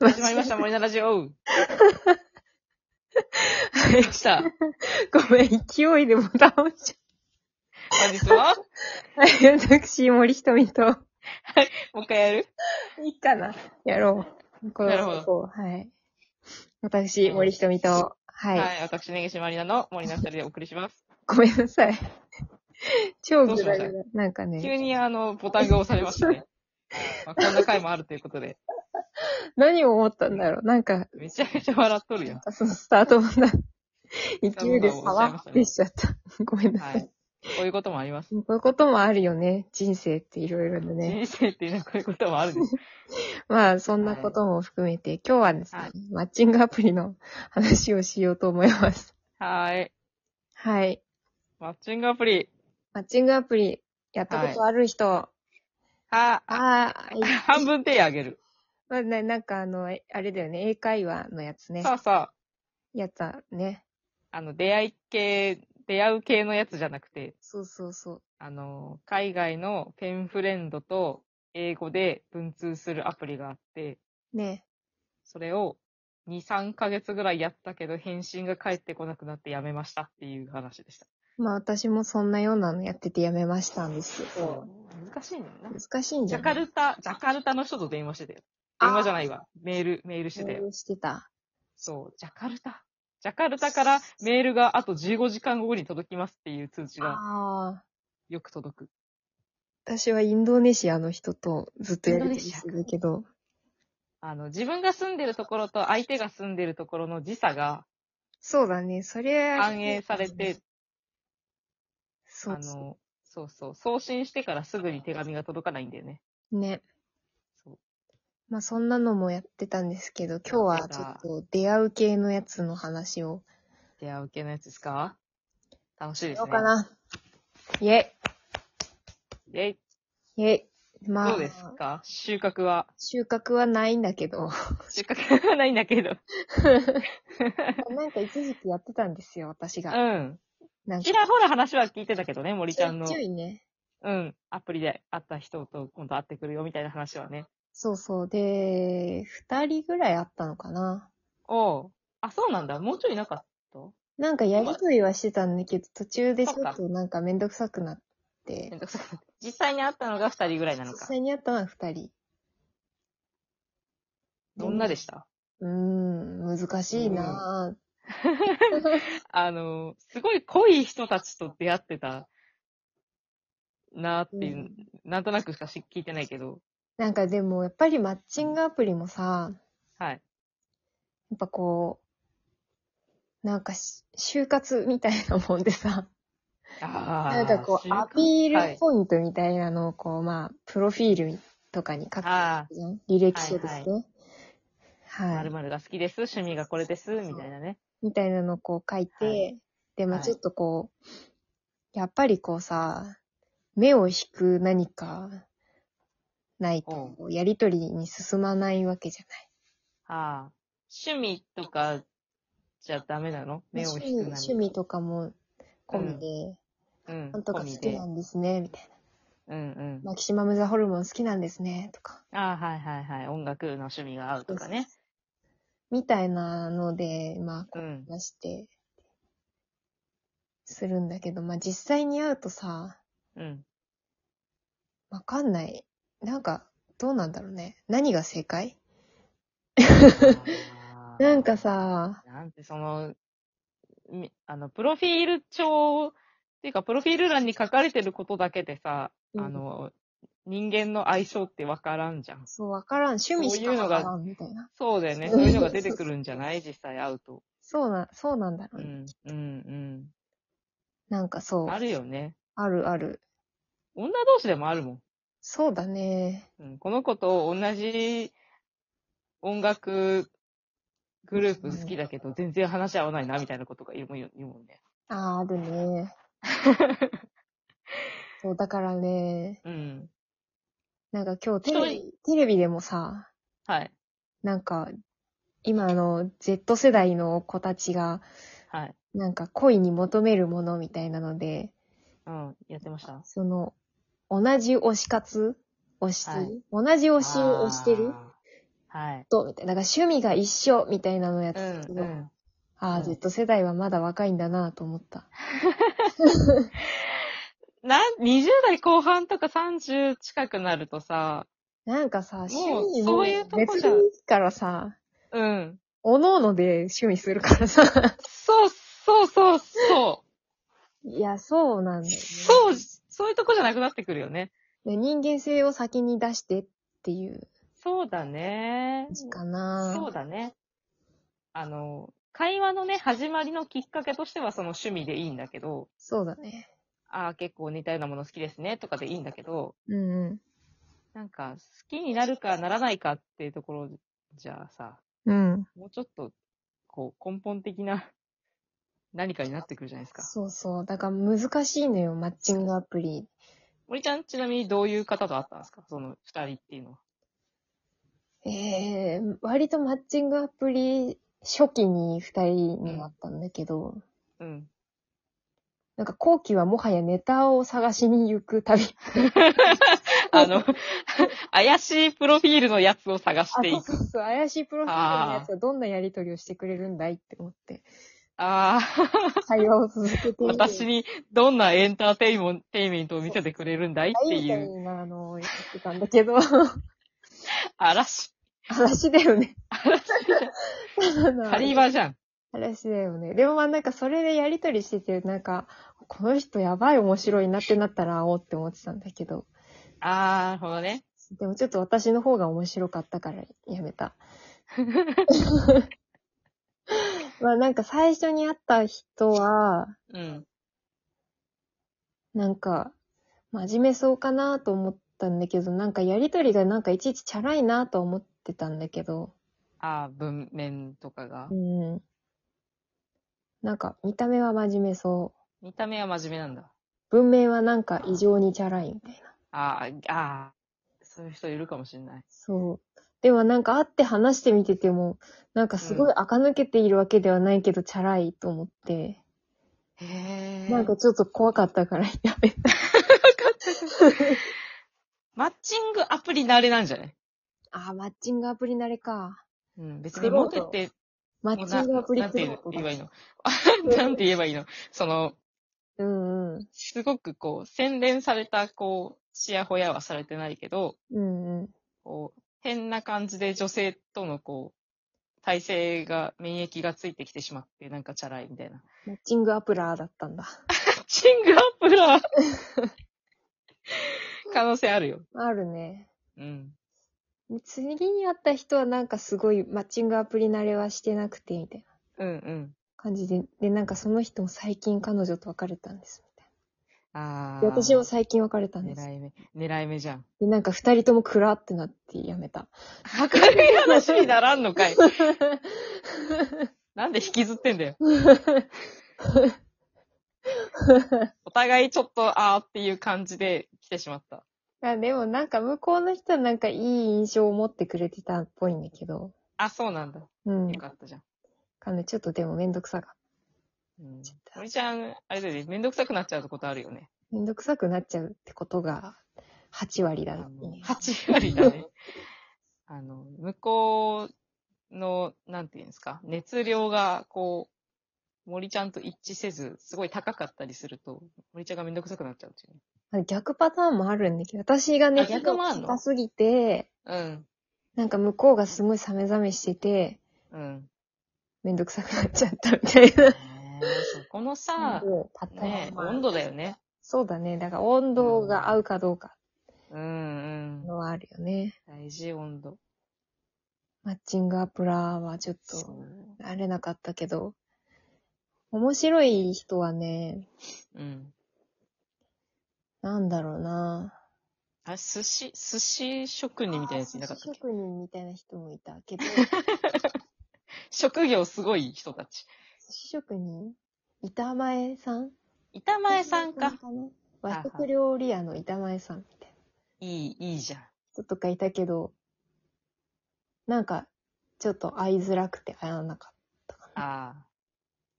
始まりました、森菜ラジオ。はいでした。ごめん、勢いでボタン押しち本日は、ゃった。私、森ひとみと。もう一回やるいいかなやろう。こうなるほどこうはい。私、森ひとみと。はい。はい、私、根岸まりなの森菜二人でお送りします。ごめんなさい。超どうぐしまだしたぐだ。なんかね、急にあの、ボタンが押されましたね。まあ、こんな回もあるということで、何を思ったんだろう。なんか、めちゃめちゃ笑っとるやん。そのスタートもな、トボ勢いタでンさを押しちゃいまわしたねってしちゃった。ごめんなさ。はいい。こういうこともあります。こういうこともあるよね。人生っていろいろでね。人生っていうのはこういうこともあるんです。 まあ、そんなことも含めて、今日はですね、はいマッチングアプリの話をしようと思います。はい。はい。マッチングアプリ。マッチングアプリ、やったことある人、はああ、あ、い 半分手あげる。まあな、なんかあの、えあれだよね、英会話のやつね。そうそう。やったね。あの、出会い系、出会う系のやつじゃなくて、そうそうそう。あの、海外のペンフレンドと英語で文通するアプリがあって、ね。それを2、3ヶ月ぐらいやったけど、返信が返ってこなくなってやめましたっていう話でした。まあ私もそんなようなのやっててやめましたんですけど、難しいねんな。難しいんじジゃャカないルタ、ジャカルタの人と電話してたよ。あー電話じゃないわ。メール、メールしてたメーよ。ルしてた。そう、ジャカルタ。ジャカルタからメールがあと15時間後に届きますっていう通知がああ。よく届く。私はインドネシアの人とずっとやりとりインドネシアするけど、あの、自分が住んでるところと相手が住んでるところの時差がそうだね、それ反映されて、そあうその、そうそう、送信してからすぐに手紙が届かないんだよね。う。ね。そうまあそんなのもやってたんですけど、今日はちょっと出会う系のやつの話を出会う系のやつですか楽しいですどうね。かな。イェイェイイ。イェイ。まあ、どうですか収穫は。収穫はないんだけど。収穫はないんだけど。なんか一時期やってたんですよ、私 うが。ん。なんかち、らほら話は聞いてたけどね、森ちゃんのちょ。いね。うん。アプリで会った人と今度会ってくるよみたいな話はね。そうそう。で、二人ぐらいあったのかな。おう。あ、そうなんだ。もうちょいなか ったなんかやりとりはしてたんだけど、途中でちょそっっかとなんかめんどくさくなっめんて、どくさくなって実際に会ったのが二人ぐらいなの実か。際にあったのは二人。女でした。うーん、難しいなぁ。あの、すごい濃い人たちと出会ってたなーっていう、うんなんとなくしかし聞いてないけど。なんかでも、やっぱりマッチングアプリもさ、はい。やっぱこう、なんかし、就活みたいなもんでさ、あなんかこう、アピールポイントみたいなのをこう、まあ、プロフィールとかに書くあじゃん履歴書ですね。はい、まるまるが好きです、趣味がこれです、みたいなね。みたいなのをこう書いて、はで、まあはいちょっとこう、やっぱりこうさ、目を引く何かないと、やりとりに進まないわけじゃない。ああ。趣味とかじゃダメなの目を趣味引くな趣味とかも込みで、うん。なんとか込み好きでなんですね、みたいうんうん。な。マキシマムザホルモン好きなんですね、とか。ああ、はいはいはい。音楽の趣味が合うとかね。みたいなので、まあ、こうんう、話して、するんだけど、まあ、実際に会うとさ、 うん。わかんない。なんか、どうなんだろうね。何が正解あーなんか、さ、なんてその、みあの、プロフィール帳、っていうか、プロフィール欄に書かれてることだけでさ、うんあの、人間の相性ってわからんじゃん。そう、わからん。趣味しかわからん、みたいな。そうだよね。そういうのが出てくるんじゃない実際会うと。そうな、そうなんだろううね。ん、うん、なんかうそん。う、あるよね。あるある。女同士でもあるもん。そうだね。うん、この子と同じ音楽グループ好きだけど、全然話し合わないな、みたいなことがいるもんよ言うもんね。あー、ある ね。そう、だからね、うん。なんか今日テレビ、テレビでもさ、はい。なんか、今の Z 世代の子たちが、はい。なんか恋に求めるものみたいなので、うん。やってました。その、同じ推し活推し、はい同じ推しを推してるあはい。と、みたいな。だから趣味が一緒みたいなのやってうたけん、ど、うん。ああ、うん Z 世代はまだ若いんだなと思った。な、20代後半とか30近くなるとさ、なんかさ、趣もう味そもういうとこ別じゃにいいからさ、うん。おのおので趣味するからさ。そう、そうそう、そいや、そうなんだよねう。。そう、そういうとこじゃなくなってくるよね。で人間性を先に出してっていうそうだね感。じかな。そうだね。あの、会話のね、始まりのきっかけとしてはその趣味でいいんだけど、そうだね。ああ、結構似たようなもの好きですね、とかでいいんだけど、うんうん。なんか、好きになるかならないかっていうところじゃさ、うん。もうちょっと、こう、根本的な 何かになってくるじゃないですか。そうそう。だから難しいのよ、マッチングアプリ。 森ちゃん、ちなみにどういう方と会ったんですかその二人っていうのは。ええ割とマッチングアプリ初期に二人になったんだけど、 うん。なんか後期はもはやネタを探しに行く旅。あの、 怪しいプロフィールのやつを探していそうく。そうそう、怪しいプロフィールのやつはどんなやりとりをしてくれるんだいって思 って、ああ、会話を続けている。私ににどんなエンターテイモンテイメントを見せてくれるんだいってみい、たいうな、あの、言ってたんだけど、 嵐、話だよね。 狩り場じゃん。話だよね。でもまあなんかそれでやりとりしてて、なんか、この人やばい面白いなってなったら会おうって思ってたんだけど、ああ、なるほどね。でもちょっと私の方が面白かったからやめ た。まあなんか最初に会った人は、うん。なんか、真面目そうかなと思ったんだけど、なんかやりとりがなんかいちいちチャラいなと思ってたんだけど、ああ、文面とかがう。ん。なんか見た目は真面目そ見た目は真面目なんだ。う。文面はなんか異常にチャラいみたいな。ああ、ああ、そういう人いるかもしれない。そう。でもなんか会って話してみてても、なんかすごい垢抜けているわけではないけど、チャラいと思って、へえ。なんかちょっと怖かったから やめた。マッチングアプリ慣れなんじゃないああ、マッチングアプリ慣れか。うん、別に文句って、マッチングアプリななんて言えばいいの のなんて言えばいいのその、うんうん。すごくこう、洗練された、こう、ちやほやはされてないけど、うんうん。こう、変な感じで女性とのこう、体制が、免疫がついてきてしまって、なんかチャラいみたいな。マッチングアプラーだったんだ。マッチングアプ ラー可能性あるよ。あるね。うん。次に会った人はなんかすごいマッチングアプリ慣れはしてなくて、みたいなうんうん。感じで。で、なんかその人も最近彼女と別れたんです、みたいな。あー。で私も最近別れたんです。狙い目、狙い目じゃん。で、なんか二人ともクラってなってやめた。明るい話 にならんのかい。なんで引きずってんだよ。お互いちょっと、あーっていう感じで来てしまった。あでもなんか向こうの人はなんかいい印象を持ってくれてたっぽいんだけど。あ、そうなんだ。うん。よかったじゃん。かんないちょっとでもめんどくさが。うん。森ちゃん、あれだよね、めんどくさくなっちゃうことあるよね。めんどくさくなっちゃうってことが8割だあね。の8割だね。あの、向こうの、なんていうんですか、熱量が、こう、森ちゃんと一致せず、すごい高かったりすると、森ちゃんがめんどくさくなっちゃうっていうね。あ逆パターンもあるんだけど、私がね、あ逆もあんの高すぎて、うん。なんか向こうがすごいサメザメしてて、うん。めんどくさくなっちゃったみたいな。そこのさ、パタねーンもある温度だよね。そうだね。だから温度が合うかどうかうんうん。のはあるよね。大事温度。マッチングアプラはちょっと、う。慣れなかったけど、面白い人はね、うん。なんだろうな。あれ、寿司、寿司職人みたいなやついなかったっけ職人みたいな人もいた けど、職業すごい人たち。寿司職人板前さん板前さんか。。和食料理屋の板前さんみたいないい、いいじゃん。人とかいたけど、なんか、ちょっと会いづらくて会わなかったかな。ああ。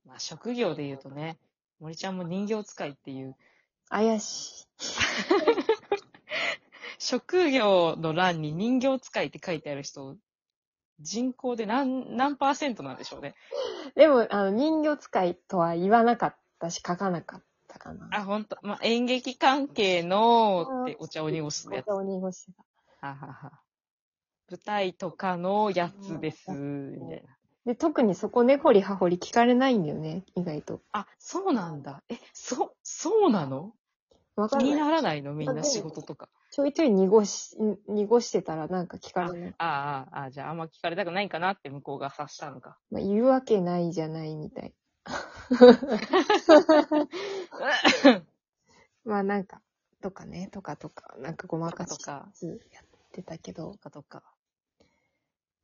まあ、職業で言うとね、森ちゃんも人形使いっていう、怪しい。職業の欄に人形使いって書いてある人、人口で何、何パーセントなんでしょうね。でも、あの、人形使いとは言わなかったし、書かなかったかな。あ、本当まあ、演劇関係の、ってお茶を濁すやつ。はお濁しが。はは。舞台とかのやつです、みたいな。で、特にそこ根掘り葉掘り聞かれないんだよね、意外と。あ、そうなんだ。え、そ、そうなのわか気にんない。ならないのみんわなかんない仕事とか。ちょいちょい濁し、濁してたらなんか聞かれ ない。ああ、ああ、じゃああんま聞かれたくないかなって向こうが察したのか。まあ、言うわけないじゃないみ たい。まあなんか、とかね、とかとか、なんかごまかしとかつつやってたけど、かとか。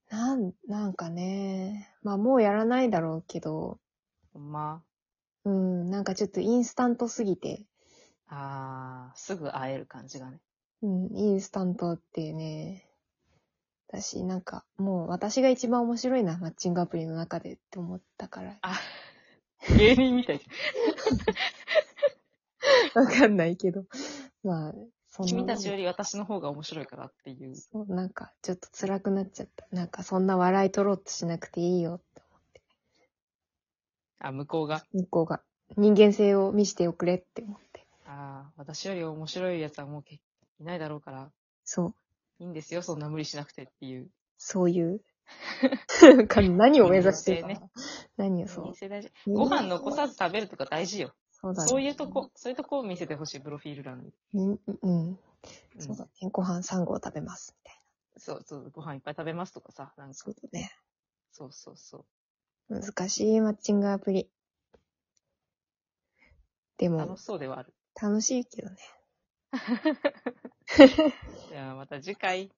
なん、なんかね、まあもうやらないだろうけど、ほんま。うん、なんかちょっとインスタントすぎて、ああ、すぐ会える感じがね。うん、インスタントってね、だし、なんか、もう私が一番面白いな、マッチングアプリの中でって思ったから。 あ、芸人みたい。わかんないけど。まあ、そんな。 君たちより私の方が面白いからっていう。そう、なんか、ちょっと辛くなっちゃった。なんか、そんな笑い取ろうとしなくていいよって。あ、向こうが。向こうが、人間性を見せておくれって思って。ああ、私より面白いやつはもうけいないだろうから、そう、いいんですよ、そんな無理しなくてっていう。そう いう。何を目指してる人間性か。何を人そう間。性大事。人ご間飯残さず食べるとか大事よ。そうだね。そういうとこ、そういうとこを見せてほしい、プロフィール欄に。にうん。うんそうだね。ご飯3合食べます。みたいそうそう、ご飯いっぱい食べますとかさ、なんな。か、そうだね。そうそうそう。難しいマッチングアプリ。でも楽、しそうではある。楽しいけどね。じゃあまた次回。